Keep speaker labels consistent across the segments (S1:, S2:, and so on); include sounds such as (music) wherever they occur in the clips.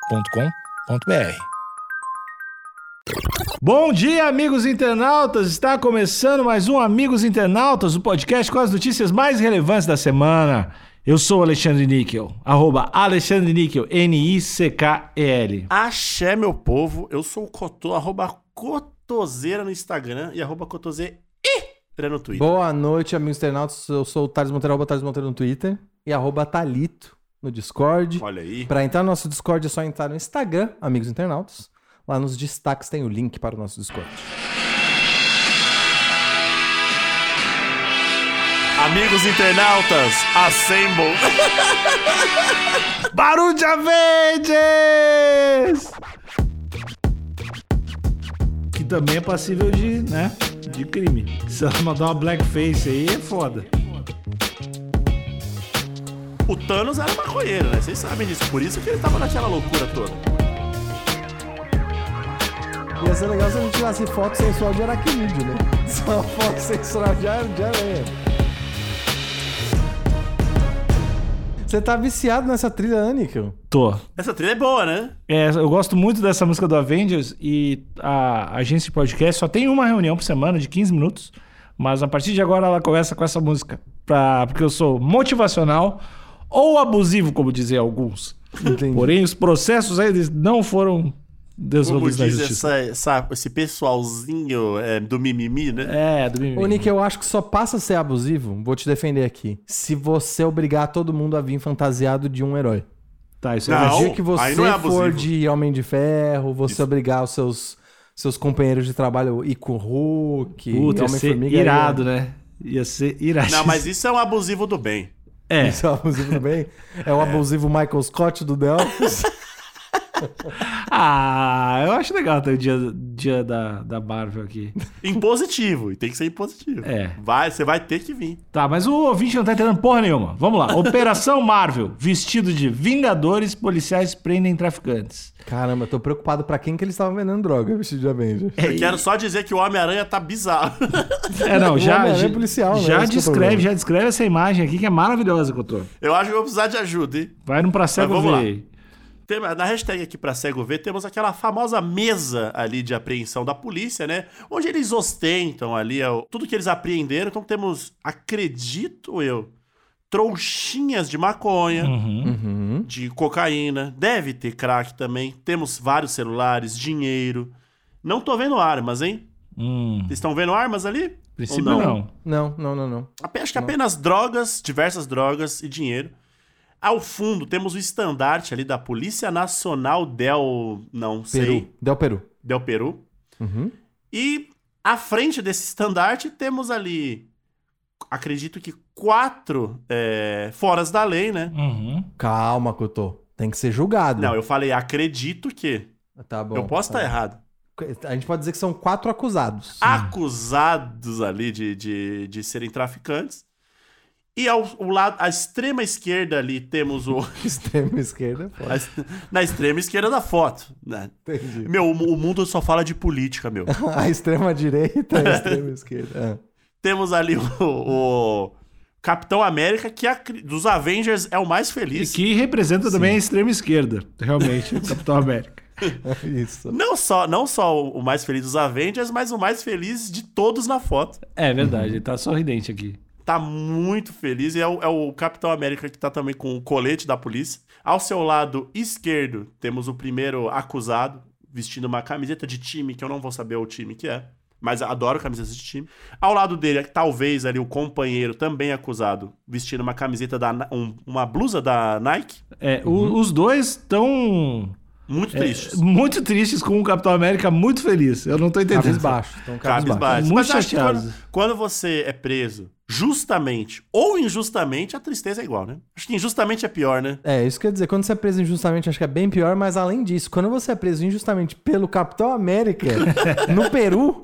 S1: agenciadepodcast.com.br.
S2: Bom dia, amigos internautas! Está começando mais um Amigos Internautas, o podcast com as notícias mais relevantes da semana. Eu sou o Alexandre Níquel, arroba Alexandre Níquel, N-I-C-K-E-L.
S3: Axé, meu povo. Eu sou o Cotô, arroba Cotoseira no Instagram e arroba Cotoseira no Twitter.
S4: Boa noite, amigos internautas. Eu sou o Thales Monteiro, arroba Thales Monteiro no Twitter e arroba Thalito no Discord.
S3: Olha aí.
S4: Pra entrar no nosso Discord é só entrar no Instagram, amigos internautas. Lá nos destaques tem o link para o nosso Discord.
S3: Amigos internautas, assemble.
S2: Barulho de Avengers! Que também é passível de, né, de crime. Se ela mandar uma blackface aí, é foda.
S3: O Thanos era maconheiro, né? Vocês sabem disso. Por isso que ele tava naquela loucura toda.
S4: Ia ser legal se a gente tirasse foto sensual de aracnídeo, né? (laughs) Só foto sensual de, ar- de aranha. Você tá viciado nessa trilha, né, Níquel?
S2: Tô.
S3: Essa trilha é boa, né?
S2: É, eu gosto muito dessa música do Avengers e a agência de podcast só tem uma reunião por semana de 15 minutos, mas a partir de agora ela começa com essa música, pra, porque eu sou motivacional ou abusivo, como dizem alguns.
S4: Entendi.
S2: Porém, os processos ainda não foram
S3: Como
S2: desenvolvidos na
S3: diz
S2: justiça.
S3: essa, essa- esse pessoalzinho é, do mimimi, né?
S2: É, do
S4: Ô,
S2: mimimi.
S4: Nick, eu acho que só passa a ser abusivo, vou te defender aqui, se você obrigar todo mundo a vir fantasiado de um herói.
S2: Tá, isso
S3: Não.
S4: No
S2: é
S4: dia que você
S3: aí não é
S4: for
S3: abusivo.
S4: de Homem de Ferro, você
S3: Isso.
S4: obrigar os seus, seus companheiros de trabalho a ir com o Hulk,
S2: Puta, ia ser
S4: Homem-Formiga... aí,
S2: irado, né? Ia ser irado.
S3: Não, mas isso é um abusivo do bem.
S4: é-
S2: (laughs) É,
S4: Isso é um abusivo também? É o abusivo Michael Scott do The Office?
S2: ah, eu acho legal ter o dia, dia da, da Marvel aqui.
S3: Impositivo. E tem que ser impositivo.
S2: É.
S3: Vai, você vai ter que vir.
S2: Tá, mas o ouvinte não tá entendendo porra nenhuma. Vamos lá. (laughs) Operação Marvel, vestido de Vingadores, policiais prendem traficantes.
S4: Caramba, eu tô preocupado pra quem que eles estavam vendendo droga, vestido de Avenger.
S3: Eu quero só dizer que o Homem-Aranha tá bizarro.
S2: É, não,
S4: O
S2: já.
S4: Homem-Aranha
S2: já-
S4: é policial, né?
S2: já
S4: Esse que é o
S2: descreve,
S4: problema.
S2: já descreve essa imagem aqui que é maravilhosa, Cotô.
S3: Eu acho que eu vou precisar de ajuda, hein?
S2: Vai num pra cego
S3: Mas vamos
S2: ver.
S3: Tem- na hashtag aqui pra cego ver, temos aquela famosa mesa ali de apreensão da polícia, né? Onde eles ostentam ali ó, tudo que eles apreenderam. Então temos, acredito eu, trouxinhas de maconha,
S2: Uhum.
S4: Uhum.
S3: de cocaína, deve ter crack também. Temos vários celulares, dinheiro. Não tô vendo armas, hein?
S2: Hum.
S3: Vocês estão vendo armas ali?
S2: em Princípio
S3: Uhum. Ou
S2: não.
S3: não?
S4: Não, não, não, não.
S3: Ape- Acho que apenas drogas, diversas drogas e dinheiro. Ao fundo, temos o estandarte ali da Polícia Nacional Del. Não sei.
S4: Peru. Del Peru.
S3: Del Peru.
S4: Uhum.
S3: E à frente desse estandarte temos ali, acredito que quatro é, foras da lei, né?
S2: Uhum.
S4: Calma, Cotô. Tem que ser julgado.
S3: Não, eu falei acredito que.
S4: Tá Ah. bom.
S3: eu posso
S4: tá
S3: estar errado. Ah!
S4: A gente pode dizer que são quatro acusados.
S3: Acusados ali de, de, de serem traficantes. E ao, o lado, à extrema esquerda ali temos o.
S4: (laughs)
S3: (laughs)
S4: Extrema esquerda,
S3: a es- na extrema esquerda da foto. né?
S4: entendi.
S3: Meu, o mundo só fala de
S2: (laughs)
S3: política, meu.
S4: (laughs) A extrema direita
S3: É.
S4: e a extrema esquerda. É,
S3: Temos ali o, o Capitão América, que acri- dos Avengers é o mais
S2: E
S3: feliz.
S2: que representa também a extrema esquerda, (laughs) realmente, o Capitão América.
S4: Ah, isso.
S3: Não só, não só o o mais feliz dos Avengers, mas o mais feliz de todos na foto.
S2: É verdade, ele tá sorridente aqui.
S3: Tá muito feliz. E é o, é o Capitão América que tá também com o colete da polícia. Ao seu lado esquerdo, temos o primeiro acusado, vestindo uma camiseta de time, que eu não vou saber o time que é. Mas adoro camisetas de time. Ao lado dele, é talvez ali o companheiro também acusado, vestindo uma camiseta da. Na- um- uma blusa da Nike.
S2: É, o- os dois estão
S3: Muito triste.
S2: É, muito tristes com o Capitão América, muito feliz. Eu não tô entendendo.
S4: Cabos baixo. Então, cabos
S3: Cabisbaixo.
S4: baixo.
S2: Muito
S3: Mas acho que
S2: chateados.
S3: Quando, quando você é preso, justamente ou injustamente, a tristeza é igual, né? Acho que injustamente é pior, né?
S4: É, isso quer dizer, quando você é preso injustamente, acho que é bem pior, mas além disso, quando você é preso injustamente pelo Capitão América no Peru,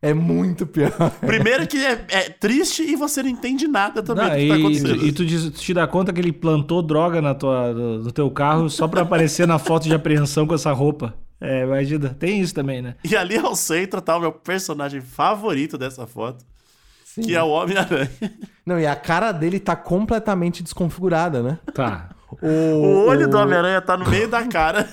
S4: é muito pior.
S3: Primeiro que é, é triste e você não entende nada também do
S2: Não,
S3: que tá
S2: e, tu-
S3: acontecendo.
S2: e tu, diz- tu te dá conta que ele plantou droga na tua, no no teu carro só pra aparecer na foto de apreensão com essa roupa. É, imagina. Tem isso também, né?
S3: E ali ao centro tá o meu personagem favorito dessa foto,
S4: Sim.
S3: que é o Homem-Aranha.
S4: Não, e a cara dele tá completamente desconfigurada, né?
S2: Tá.
S3: O olho do Homem-Aranha tá no meio da cara.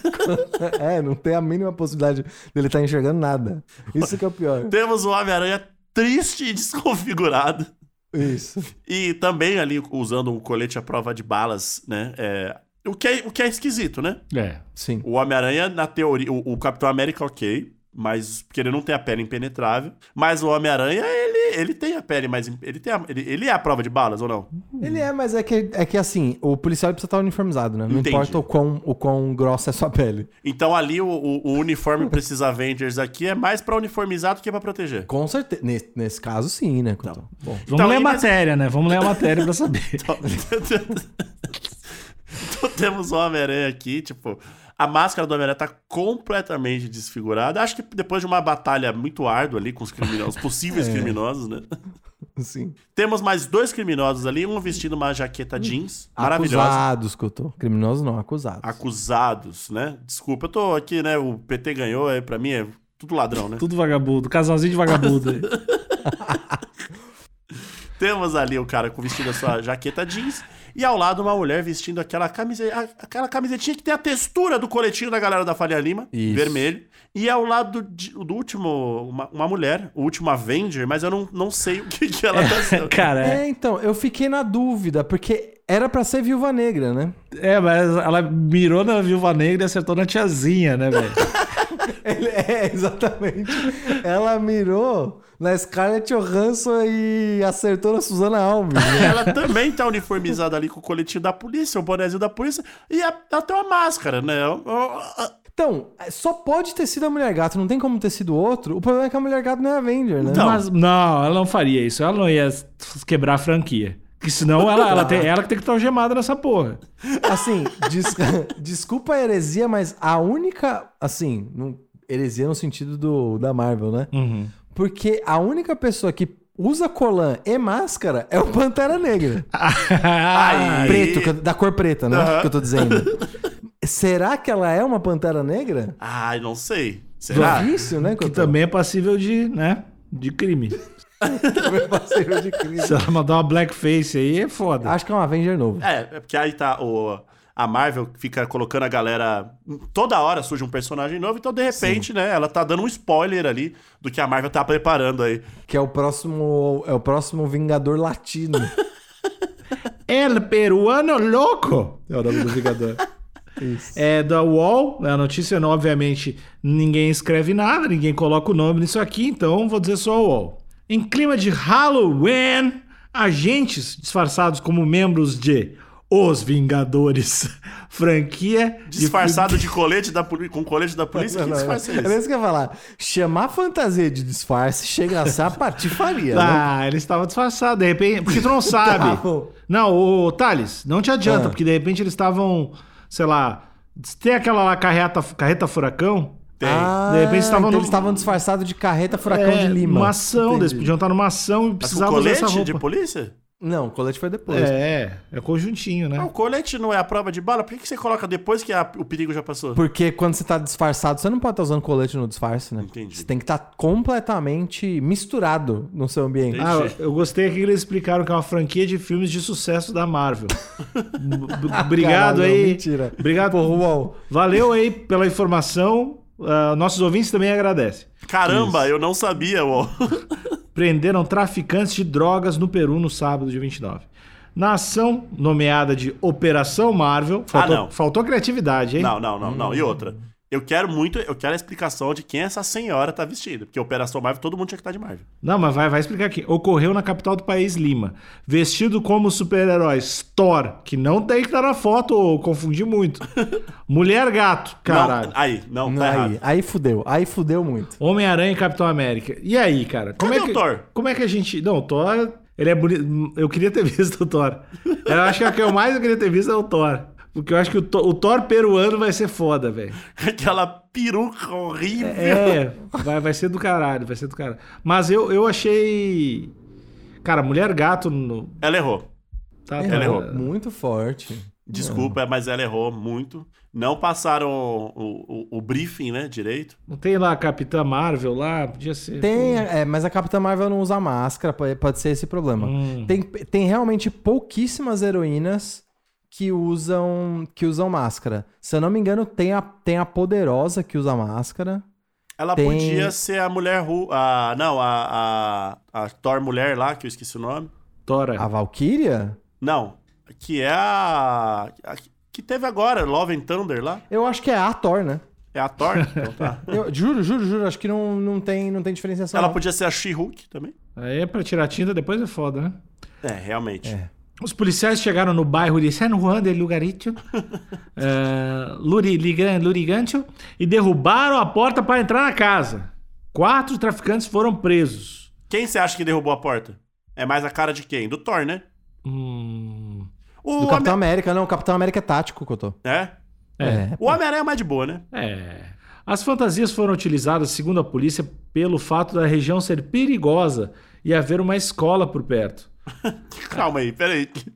S4: É, não tem a mínima possibilidade dele estar enxergando nada. Isso que é o
S3: (laughs)
S4: pior.
S3: (laughs) Temos o Homem-Aranha triste e desconfigurado.
S4: Isso.
S3: E também ali usando um colete à prova de balas, né? É, o, que é, o que é esquisito, né?
S2: É.
S4: Sim.
S3: O Homem-Aranha, na teoria. O, o Capitão América, ok. Mas. Porque ele não tem a pele impenetrável. Mas o Homem-Aranha, ele, ele tem a pele mais. im- Ele, tem a- ele, ele é a prova de balas ou não?
S4: Ele é, mas é que, é que assim, o policial precisa estar uniformizado, né? Não
S3: Entendi.
S4: importa o quão, o quão grossa é sua pele.
S3: Então ali o, o- o uniforme precisa Avengers aqui é mais pra uniformizar do que pra proteger.
S4: Com certeza. Nesse, nesse caso, sim, né? Couto? Bom.
S2: Vamos
S3: Então,
S2: ler a
S3: aí, mas-
S2: matéria, né? Vamos ler a matéria pra saber.
S3: Então, Então, (laughs) temos o Homem-Aranha aqui, tipo. A máscara do Homem-Aranha tá completamente desfigurada. Acho que depois de uma batalha muito árdua ali com os criminosos, os possíveis criminosos, né?
S4: Sim.
S3: Temos mais dois criminosos ali, um vestindo uma jaqueta jeans maravilhosa.
S4: Acusados, Couto. Criminosos não, acusados.
S3: Acusados, né? Desculpa, eu tô aqui, né? O PT ganhou, aí pra mim é tudo ladrão, né?
S2: (laughs) Tudo vagabundo, casalzinho de (laughs) vagabundo. aí.
S3: Temos ali o cara com vestindo a sua jaqueta jeans e ao lado uma mulher vestindo aquela, camise... a- aquela camisetinha que tem a textura do coletinho da galera da Faria Lima,
S4: Isso.
S3: vermelho. E ao lado de- do último, uma, uma mulher, o último Avenger, mas eu não, não sei o que, que ela tá sendo.
S2: Cara, é.
S4: É, então, eu fiquei na dúvida, porque era pra ser viúva negra, né?
S2: é, mas ela mirou na viúva negra e acertou na tiazinha, né, velho?
S4: Ele- é, exatamente. Ela mirou na Scarlett Johansson e acertou na Suzana Alves.
S3: (laughs)
S4: né?
S3: Ela também tá uniformizada ali com o coletinho da polícia, o bonézinho da polícia, e a- ela tem uma máscara, né? Eu- eu-
S4: Então, só pode ter sido a Mulher Gato, não tem como ter sido outro. O problema é que a Mulher Gato não é Avenger, né?
S3: Então.
S2: Mas, não, ela não faria isso. Ela não ia s- quebrar a franquia. Porque senão ela, ela, tem, ela que tem que estar algemada nessa porra.
S4: Assim, des- (laughs) desculpa a heresia, mas a única. Assim, não- heresia no sentido do, da Marvel, né?
S2: Uhum.
S4: Porque a única pessoa que usa colã e máscara é o Pantera Negra.
S3: Aí-
S4: Preto, que eu- da cor preta, né?
S3: Aham.
S4: Que eu tô dizendo. Será que ela é uma Pantera Negra?
S3: Ai, não sei.
S4: Do
S3: Será?
S4: ofício, né?
S2: que
S4: (laughs)
S2: também é passível de, né, de crime.
S4: é parceiro de
S2: Se
S4: crise.
S2: ela mandar uma blackface aí, é foda.
S4: Acho que é um Avenger novo.
S3: É, é porque aí tá o. A Marvel fica colocando a galera. Toda hora surge um personagem novo, então de repente, né? Ela tá dando um spoiler ali do que a Marvel tá preparando aí.
S4: Que é o próximo. É o próximo Vingador
S3: (laughs)
S4: Latino.
S2: El peruano louco é o nome do (laughs) Vingador.
S4: Isso.
S2: É da UOL, né, a notícia não, obviamente, ninguém escreve nada, ninguém coloca o nome nisso aqui, então vou dizer só UOL. Em clima de Halloween, agentes disfarçados como membros de Os Vingadores, (laughs) franquia de-
S4: (laughs)
S3: Disfarçado de colete da polícia. Com colete da polícia, que disfarça é
S4: É
S3: esse?
S4: isso que eu ia falar. Chamar fantasia de disfarce chega a ser a patifaria,
S3: Tá.
S4: né?
S2: Ah, ele estava disfarçado, de repente, porque tu não
S4: (laughs)
S2: sabe.
S4: Estavam.
S2: não, o Thales, não te adianta,
S4: Ah.
S2: porque de repente eles estavam, sei lá, tem aquela lá carreta, carreta furacão,
S3: Tem. Tá
S4: Ah,
S2: De repente estavam
S4: então
S2: no-
S4: eles estavam disfarçados de carreta furacão
S2: É,
S4: de Lima.
S2: Uma ação,
S4: Entendi.
S2: eles podiam estar numa ação e
S3: Mas Tá com
S2: precisavam dessa
S3: colete de
S2: roupa.
S3: polícia?
S4: Não, o colete foi depois.
S2: É, é conjuntinho,
S3: Não, o
S2: né?
S3: colete não é a prova de bala? Por que, que você coloca depois que a- o perigo já passou?
S4: Porque quando você tá disfarçado, você não pode estar usando colete no disfarce, né?
S3: Entendi.
S4: Você tem que estar completamente misturado no seu ambiente.
S2: Ah, eu- eu gostei aqui que eles explicaram que é uma franquia de filmes de sucesso da
S4: (laughs)
S2: Marvel. B- b- Obrigado
S4: Caralho, é
S2: aí.
S4: Mentira.
S2: Obrigado.
S4: Porra, uau.
S2: Valeu aí pela informação. Ah, nossos ouvintes também agradecem.
S3: Caramba, eu não sabia, uó.
S2: prenderam traficantes de drogas no Peru no sábado de 29. Na ação, nomeada de Operação Marvel, faltou,
S3: Ah, não.
S2: faltou criatividade, hein?
S3: Não, não, não, não.
S4: Hum.
S3: E outra. Eu quero muito, eu quero a explicação de quem essa senhora tá vestida. Porque Operação Marvel, todo mundo tinha que estar de Marvel.
S2: Não, mas vai, vai explicar aqui. Ocorreu na capital do país, Lima. Vestido como super-herói Thor, que não tem que estar na foto, ou confundi muito.
S3: (laughs)
S2: Mulher gato, caralho.
S3: Não, aí, não,
S4: Não,
S3: tá
S4: aí,
S3: errado.
S4: aí fudeu. Aí fudeu muito.
S2: Homem-Aranha e Capitão América. E aí, cara? Como
S3: Cadê
S2: é que,
S3: o Thor?
S2: Como é que a gente. Não, o Thor. Ele é bonito. Eu queria ter (laughs) visto o Thor. Eu acho que o que eu mais queria ter visto é o Thor. Porque eu acho que o Thor, o Thor peruano vai ser foda, velho.
S3: (laughs) Aquela peruca horrível.
S2: É, vai, vai ser do caralho, vai ser do caralho. Mas eu, eu achei. Cara, mulher gato no.
S3: Ela errou.
S2: Tá,
S3: Ela errou.
S4: Muito forte.
S3: Desculpa, mas ela errou muito. Não passaram o, o- o briefing, né, direito.
S2: Não tem lá a Capitã Marvel lá? Podia ser.
S4: Tem, é, mas a Capitã Marvel não usa máscara, pode pode ser esse problema.
S2: Hum.
S4: Tem, tem realmente pouquíssimas heroínas que usam que usam máscara. Se eu não me engano, tem a, tem a poderosa que usa máscara.
S3: Ela
S4: Tem-
S3: podia ser a mulher Ru. A, não, a, a, a Thor mulher lá, que eu esqueci o nome.
S2: Tora.
S3: É.
S4: A Valkyria?
S3: Não, que é a. a- que teve agora, Love and Thunder lá.
S4: Eu acho que é a Thor, né?
S3: É a
S4: (laughs)
S3: Thor. Então tá.
S4: Eu juro, juro, juro, acho que não, não tem não tem diferenciação.
S3: Ela
S4: não.
S3: podia ser a She-Hulk também.
S2: Aí pra tirar tinta depois é foda, né?
S3: É, realmente.
S4: É.
S2: Os policiais chegaram no bairro de San Juan de Lugarito, eh, Luri- Ligan- Lurigancho, e derrubaram a porta para entrar na casa. Quatro traficantes foram presos.
S3: Quem você acha que derrubou a porta? É mais a cara de quem? Do Thor, né?
S2: Hum,
S3: O
S4: Do Capitão
S3: Home-
S4: América, não, o Capitão América é tático, Cotô.
S3: É.
S4: É.
S3: O Homem-Aranha é mais de boa, né?
S2: é. As fantasias foram utilizadas, segundo a polícia, pelo fato da região ser perigosa e haver uma escola por perto.
S3: Calma aí, peraí. (laughs)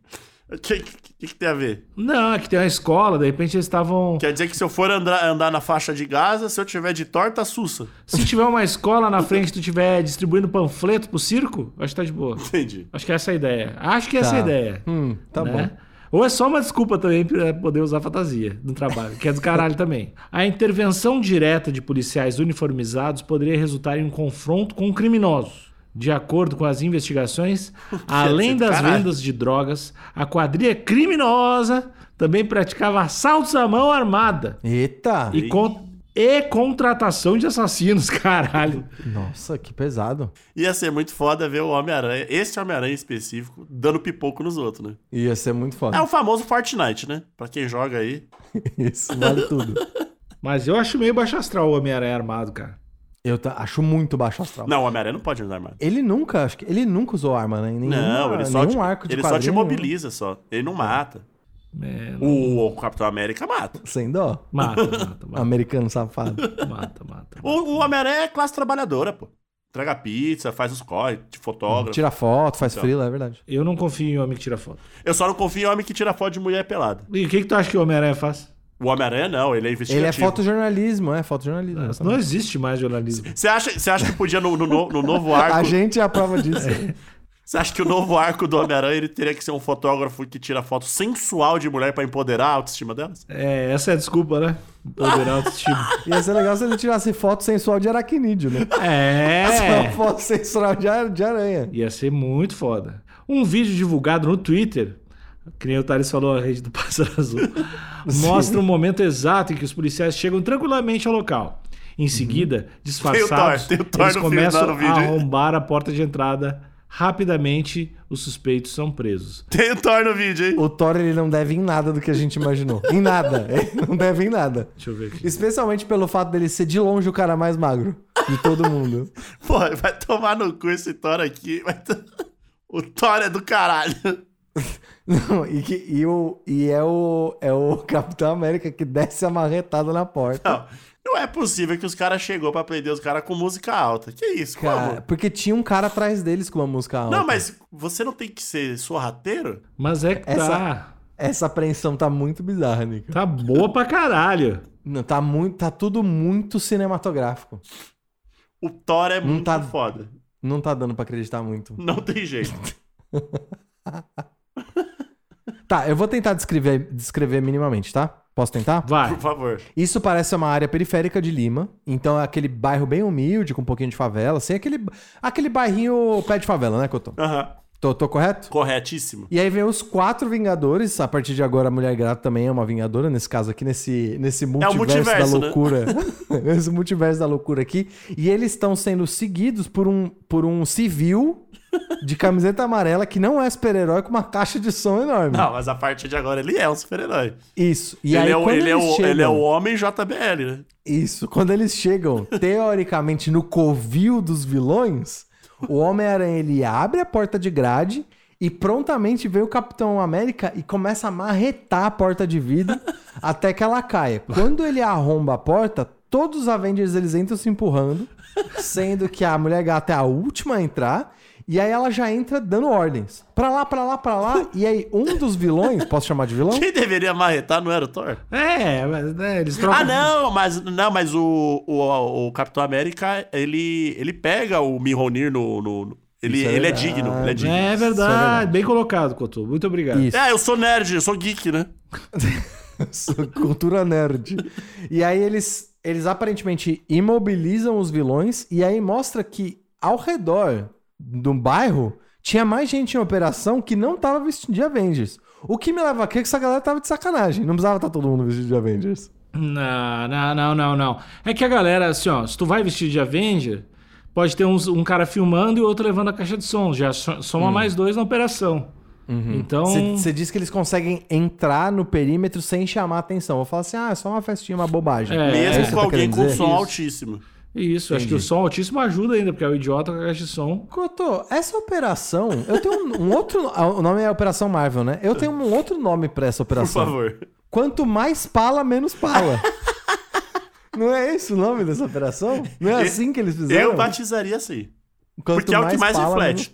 S3: O que, que- que- que tem a ver?
S2: Não, é que tem uma escola, de repente eles
S3: (laughs)
S2: estavam.
S3: Quer dizer que se eu for andar, andar na faixa de Gaza, se eu tiver de Thor, tá sussa. (laughs)
S2: Se tiver uma escola na frente, tu tiver distribuindo panfleto pro circo, acho que tá de boa.
S3: Entendi.
S2: Acho que essa é a ideia. Acho que essa é a
S4: Tá.
S2: ideia.
S4: Hum, tá
S2: né?
S4: bom.
S2: Ou é só uma desculpa também para poder usar fantasia no trabalho, que é do caralho também. A intervenção direta de policiais uniformizados poderia resultar em um confronto com criminosos. De acordo com as investigações, além
S3: do
S2: das
S3: caralho.
S2: vendas de drogas, a quadrilha criminosa também praticava assaltos à mão armada
S4: Eita!
S2: e, con- e contratação de assassinos, (laughs) caralho.
S4: Nossa, que pesado.
S3: Ia ser muito foda ver o Homem-Aranha, esse Homem-Aranha em específico, dando pipoco nos outros, né?
S4: Ia ser muito foda.
S3: É o famoso Fortnite, né? Pra quem joga aí.
S4: (laughs) Isso vale tudo.
S2: Mas eu acho meio baixo astral o Homem-Aranha armado, cara.
S4: Eu ta- acho muito baixo astral.
S3: Não, o Homem-Aranha não pode andar armado.
S4: Ele nunca, acho que ele nunca usou arma, né? Em Nenhuma,
S3: não, ele só,
S4: nenhum
S3: te,
S4: arco de
S3: ele só te
S4: quadrinho, né?
S3: mobiliza só. Ele não mata.
S2: É, não-
S3: O, o Capitão América mata.
S4: né? Sem dó.
S2: Mata, mata, mata,
S4: Americano safado.
S2: mata, mata.
S3: O, o Homem-Aranha é classe trabalhadora, pô. Entrega pizza, faz os cortes, fotógrafo.
S4: Tira foto, faz
S3: Então.
S4: frila, é verdade.
S2: Eu não confio em homem que tira foto.
S3: Eu só não confio em homem que tira foto de mulher pelada.
S2: E o que, que tu acha que o Homem-Aranha faz?
S3: O Homem-Aranha não, ele é
S4: Ele
S3: investigativo.
S4: é fotojornalismo, é fotojornalismo.
S2: Não
S4: exatamente.
S2: existe mais jornalismo.
S3: Você acha, você acha que podia no, no, no- no novo
S4: (laughs) A
S3: arco?
S4: gente é a prova disso.
S3: Você acha que o novo arco do Homem-Aranha ele teria que ser um fotógrafo que tira foto sensual de mulher pra empoderar a autoestima delas?
S2: É, essa é a desculpa, né? Poder autoestima.
S4: Ia ser legal se ele tirasse foto sensual de aracnídeo, né?
S2: (laughs)
S4: Só
S2: É!
S4: foto sensual de, ar- de aranha.
S2: Ia ser muito foda. Um vídeo divulgado no Twitter, que nem o Thales falou, a rede do (laughs) Pássaro Azul, mostra o momento exato em que os policiais chegam tranquilamente ao local. Em seguida, disfarçados,
S3: Tem o Thor, tem o Thor
S2: eles
S3: no final
S2: começam
S3: do
S2: a
S3: vídeo.
S2: arrombar a porta de entrada. Rapidamente, os suspeitos são presos.
S3: (laughs) Tem o Thor no vídeo, hein?
S4: O Thor, ele não deve em nada do que a gente imaginou. Em nada. Ele não deve em nada.
S2: Deixa eu ver aqui.
S4: Especialmente pelo fato dele ser de longe o cara mais magro de todo mundo. (laughs)
S3: Porra, vai tomar no cu esse Thor aqui. vai to- (laughs) O Thor é do caralho.
S4: Não, e, que- e o, e é, o, é o Capitão América que desce amarretado na porta.
S3: Não, não é possível que os caras chegou pra prender os caras com música alta. Que isso,
S4: Cara,
S3: como?
S4: porque tinha um cara atrás deles com uma música alta.
S3: Não, mas você não tem que ser sorrateiro?
S2: Mas é que
S4: Essa-
S2: tá.
S4: Essa apreensão tá muito bizarra, Nico.
S2: Tá boa pra caralho.
S4: Não, tá, muito, tá tudo muito cinematográfico.
S3: O Thor é
S4: Não
S3: muito
S4: tá-
S3: foda.
S4: Não tá dando pra acreditar muito.
S3: Não tem jeito.
S4: Tá, eu vou tentar descrever, descrever minimamente, tá? Posso tentar?
S2: Vai.
S3: Por favor.
S4: Isso parece uma área periférica de Lima. Então é aquele bairro bem humilde, com um pouquinho de favela. Assim, aquele, aquele bairrinho pé de favela, né, Cotô?
S3: Aham.
S4: Tô, tô correto?
S3: Corretíssimo.
S4: E aí vem os quatro Vingadores. A partir de agora, a Mulher Grata também é uma Vingadora, nesse caso aqui, nesse, nesse multiverso,
S3: É multiverso,
S4: da
S3: né? (laughs)
S4: loucura. (laughs) nesse multiverso da loucura aqui. E eles estão sendo seguidos por um, por um civil de camiseta amarela que não é super-herói com uma caixa de som enorme.
S3: Não, mas a partir de agora ele é um super-herói.
S4: Isso. E
S3: Ele,
S4: aí,
S3: é o-
S4: quando
S3: ele, é
S4: eles
S3: o-
S4: chegam...
S3: ele é o homem JBL, né?
S4: Isso, quando eles chegam, teoricamente, no covil dos vilões, o Homem-Aranha ele abre a porta de grade e prontamente vem o Capitão América e começa a marretar a porta de vidro até que ela caia. Quando ele arromba a porta, todos os Avengers eles entram se empurrando, sendo que a Mulher Gata é a última a entrar. E aí ela já entra dando ordens. Pra lá, pra lá, pra lá. E aí um dos vilões, posso chamar de vilão?
S3: Quem deveria marretar não era o Thor?
S2: É, mas né, eles trocam.
S3: Ah, não, mas, não, mas o, o, o Capitão América, ele, ele pega o Mihonir no, no- no- Ele,
S4: Isso é
S3: ele é
S4: verdade.
S3: digno, ele é digno.
S2: É verdade, bem colocado, Couto. Muito obrigado.
S3: (laughs)
S4: Isso.
S3: É, eu sou nerd, eu sou geek, né?
S4: (laughs) Cultura nerd. E aí eles, eles aparentemente imobilizam os vilões e aí mostra que ao redor do bairro tinha mais gente em operação que não tava vestido de Avengers. O que me leva a crer que essa galera tava de sacanagem. Não precisava estar todo mundo vestido de Avengers.
S2: Não, não, não, não, não. É que a galera, assim, ó, se tu vai vestido de Avenger, pode ter uns- um cara filmando e outro levando a caixa de som. Já so- soma mais dois na operação. Então.
S4: Você diz que eles conseguem entrar no perímetro sem chamar atenção. Vou falar assim, ah, é só uma festinha, uma bobagem.
S2: É,
S4: isso
S3: Mesmo
S4: que você
S3: com
S4: tá
S3: alguém
S4: querendo
S3: com
S4: dizer?
S3: som
S2: Isso.
S3: altíssimo.
S2: Isso, acho que o som altíssimo ajuda ainda, porque é o idiota com a caixa de som.
S4: Cotô, essa operação. Eu tenho um, um outro. ah, O nome é Operação Marvel, né? Eu tenho um outro nome pra essa
S3: Por
S4: operação.
S3: favor.
S4: Quanto mais pala, menos pala. (laughs) Não é esse o nome dessa operação? Não é
S3: Eu-
S4: assim que eles fizeram?
S3: Eu batizaria assim.
S4: Quanto
S3: Porque é o que mais
S4: pala,
S3: reflete.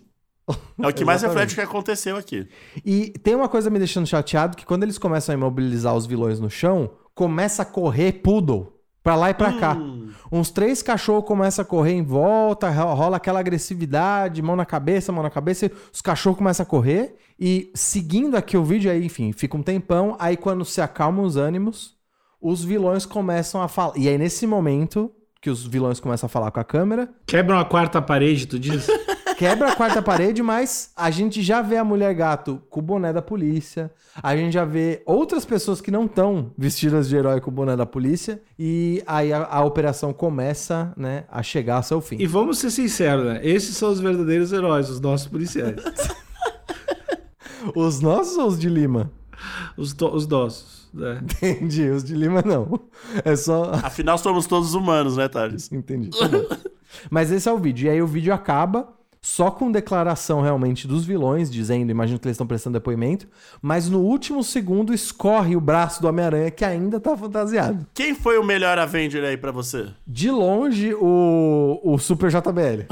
S3: É o que mais reflete
S4: Exatamente.
S3: o que aconteceu aqui.
S4: E tem uma coisa me deixando chateado que quando eles começam a imobilizar os vilões no chão, começa a correr poodle pra lá e pra cá. Uns três cachorros começam a correr em volta, ro- rola aquela agressividade, mão na cabeça, mão na cabeça, e os cachorros começam a correr e seguindo aqui o vídeo aí, enfim, fica um tempão, aí quando se acalmam os ânimos, os vilões começam a falar. E aí nesse momento que os vilões começam a falar com a câmera,
S2: Quebra uma quarta parede, tu diz?
S4: Quebra a quarta parede, mas a gente já vê a mulher gato com o boné da polícia. A gente já vê outras pessoas que não estão vestidas de herói com o boné da polícia. E aí a, a operação começa, né, a chegar ao seu fim.
S2: e vamos ser sinceros, né? Esses são os verdadeiros heróis, os nossos (laughs) policiais.
S4: Os nossos ou os de Lima? (laughs)
S2: os, do- os nossos, né?
S4: Entendi, os de Lima não. É só. (laughs)
S3: Afinal, somos todos humanos, né, Thales?
S4: Entendi. tá bom. Mas esse é o vídeo. E aí o vídeo acaba só com declaração realmente dos vilões, dizendo, imagino que eles estão prestando depoimento, mas no último segundo escorre o braço do Homem-Aranha que ainda tá fantasiado.
S3: Quem foi o melhor Avenger aí pra você?
S4: De longe, o, o Super
S3: (laughs)
S4: JBL.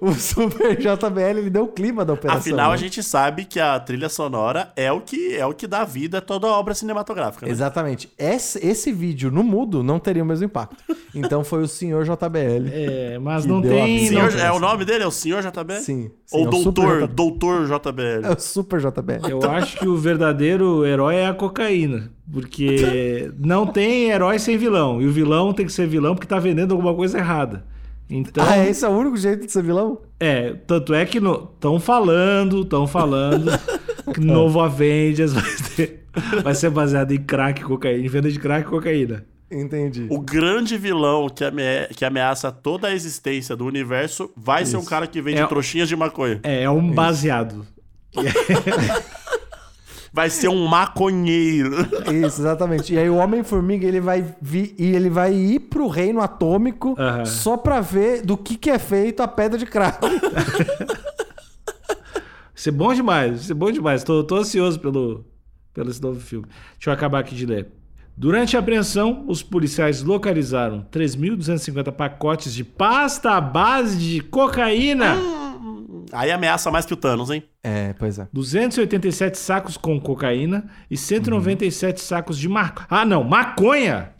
S4: o Super JBL, ele deu o clima da operação.
S3: Afinal,
S4: né?
S3: a gente sabe que a trilha sonora é o que é o que dá vida a toda obra cinematográfica. né?
S4: Exatamente. Esse, esse vídeo no mudo não teria o mesmo impacto. Então foi o senhor JBL.
S2: É, mas
S4: Que
S2: não
S4: deu
S2: tem.
S4: a-
S2: não-
S3: Senhor- é o nome dele? É o Senhor JBL?
S4: Sim. sim,
S3: Ou
S4: é o
S3: Doutor,
S4: Super J-
S3: Doutor
S4: É
S3: JBL.
S4: o Super JBL.
S2: Eu acho que o verdadeiro herói é a cocaína. Porque não tem herói sem vilão. E o vilão tem que ser vilão porque tá vendendo alguma coisa errada. Então,
S3: um-
S4: Ah, esse é o único jeito de ser vilão?
S2: é, tanto é que estão falando, estão
S4: (laughs)
S2: falando que novo Avengers vai, ter- vai ser baseado em crack e cocaína, em venda de crack e cocaína.
S4: Entendi.
S3: O grande vilão que, ame- que ameaça toda a existência do universo vai ser um cara que vende
S2: É-
S3: trouxinhas de maconha.
S2: É, é um baseado.
S3: Vai ser um maconheiro. (laughs)
S4: Isso, exatamente. E aí o Homem-Formiga, ele vai vir e ele vai ir pro reino atômico
S2: Aham.
S4: só pra ver do que, que é feito a pedra
S3: (laughs)
S4: de crack.
S2: Isso é bom demais, isso é bom demais. Tô, tô ansioso pelo, pelo esse novo filme. Deixa eu acabar aqui de ler. Durante a apreensão, os policiais localizaram 3.250 pacotes de pasta à base de cocaína,
S3: Aí ameaça mais que o Thanos, hein?
S4: É, pois é.
S2: 287 sacos com cocaína e 197 sacos de maconha. Ah, não, maconha!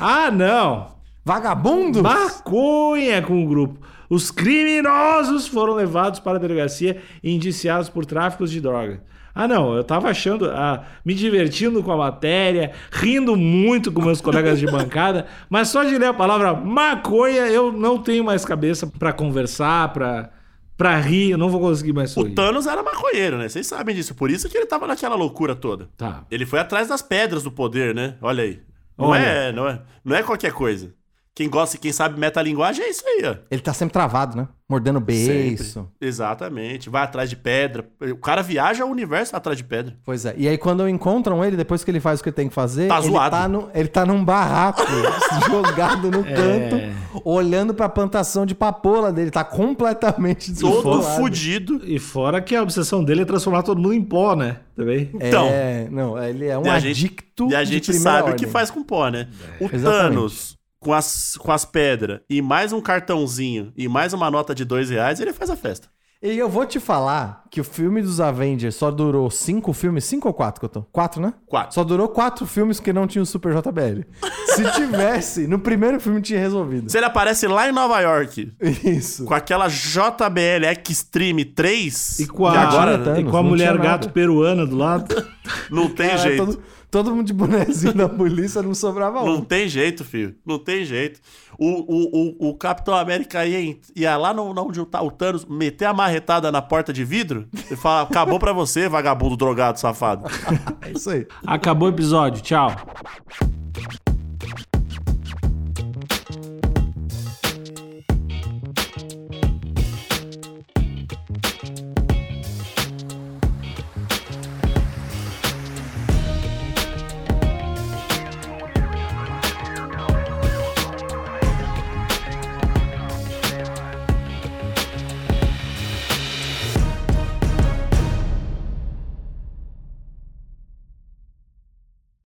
S2: ah, não!
S4: Vagabundo?
S2: Maconha com o grupo. Os criminosos foram levados para a delegacia e indiciados por tráfico de droga. Ah, não, eu tava achando, ah, me divertindo com a matéria, rindo muito com meus colegas de bancada, (laughs) mas só de ler a palavra maconha eu não tenho mais cabeça pra conversar, pra pra rir, eu não vou conseguir mais
S3: O
S2: sorrir.
S3: Thanos era maconheiro, né? Vocês sabem disso. Por isso que ele tava naquela loucura toda.
S2: Tá.
S3: Ele foi atrás das pedras do poder, né? Olha aí. Não,
S2: Olha.
S3: É, não, é, não é qualquer coisa. Quem gosta e quem sabe metalinguagem é isso aí, ó.
S4: Ele tá sempre travado, né? Mordendo beiço.
S3: Exatamente. Vai atrás de pedra. O cara viaja o universo atrás de pedra.
S4: Pois é. E aí quando encontram ele, depois que ele faz o que ele tem que fazer,
S3: Tá
S4: ele,
S3: zoado. É.
S4: Tá no, ele tá num
S3: (laughs)
S4: barraco, jogado no canto, olhando pra plantação de papoula dele. Tá completamente
S3: Todo
S4: descontrolado.
S3: fudido.
S2: E fora que a obsessão dele é transformar todo mundo em pó, né? Também.
S3: Então.
S4: É, não, ele é um
S3: E a gente-
S4: adicto
S3: E a
S4: de
S3: gente
S4: primeira
S3: sabe o
S4: ordem.
S3: que faz com pó, né? O
S4: Exatamente.
S3: Thanos, com as, com as pedras e mais um cartãozinho e mais uma nota de dois reais, ele faz a festa.
S4: E eu vou te falar que o filme dos Avengers só durou cinco filmes, cinco ou quatro que eu tô? Quatro, né?
S3: Quatro.
S4: Só durou quatro filmes que não tinha o Super JBL.
S3: (laughs)
S4: Se tivesse, no primeiro filme tinha resolvido.
S3: Se ele aparece lá em Nova York
S4: Isso.
S3: com aquela JBL Xtreme 3,
S2: E com a,
S3: que agora
S4: Tinha tanto.
S2: e com a
S4: né? não
S2: mulher
S4: tinha nada.
S2: gato peruana do lado.
S3: não tem
S4: Cara, é
S3: jeito.
S4: todo, todo mundo de bonezinho (laughs) da polícia, não sobrava um.
S3: Não tem jeito, filho. Não tem jeito. O, o, o, o Capitão América ia, em- ia lá no, na onde tá o Thanos, meter a marretada na porta de vidro e falar: acabou pra você, vagabundo drogado safado.
S4: É isso aí.
S2: Acabou o episódio. Tchau.